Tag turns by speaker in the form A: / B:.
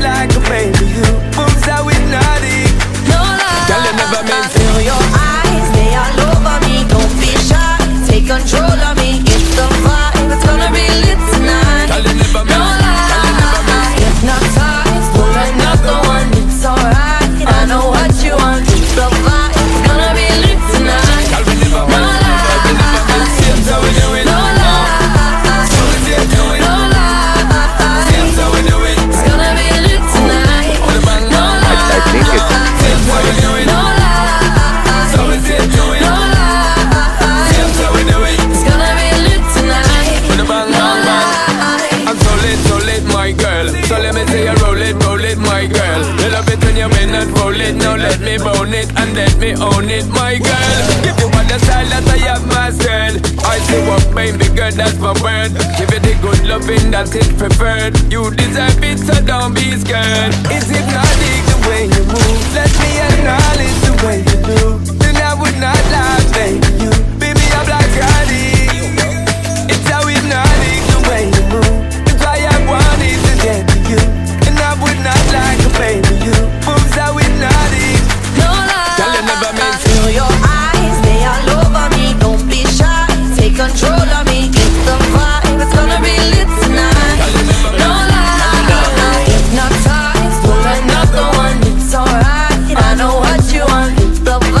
A: meant to you. Moves are with naughty.
B: No love.
A: Girl, you never meant to.
B: Feel your eyes, they all over me. Don't be shy, take control of me. It's the vibe, it's gonna be lit tonight.
A: Girl, you never
B: No
A: meant. Girl, you never meant.
B: lies, hypnotized, pull another one. It's alright, I know what you want. It's the vibe, it's gonna be lit tonight.
A: Girl, we never
B: No
A: meant. Girl, we never meant.
B: lies,
A: Same so we do it.
B: no lies,
A: So we say do it.
B: no lies.
A: Same so we do it.
B: It's gonna be lit tonight.
A: All the man
B: No
A: love.
C: I
B: lies,
C: think it's
A: Same so we do it.
B: no lies.
A: So we say do it. Same so we do it.
B: It's gonna be lit
A: All the
B: tonight.
A: man
B: No
A: love. man.
B: lies.
A: I'm so lit, so lit, my girl. So let me see you roll it, roll it, my girl. Little bit when you bend and roll it, now let me bone it and let me own it, my girl. Give you all the style that I have mastered. I say what baby girl, that's my word. Give you the good loving that is preferred. You deserve it, so don't be scared. Is it not the way you move? Let me acknowledge the way you do. Then I would not lie, baby. You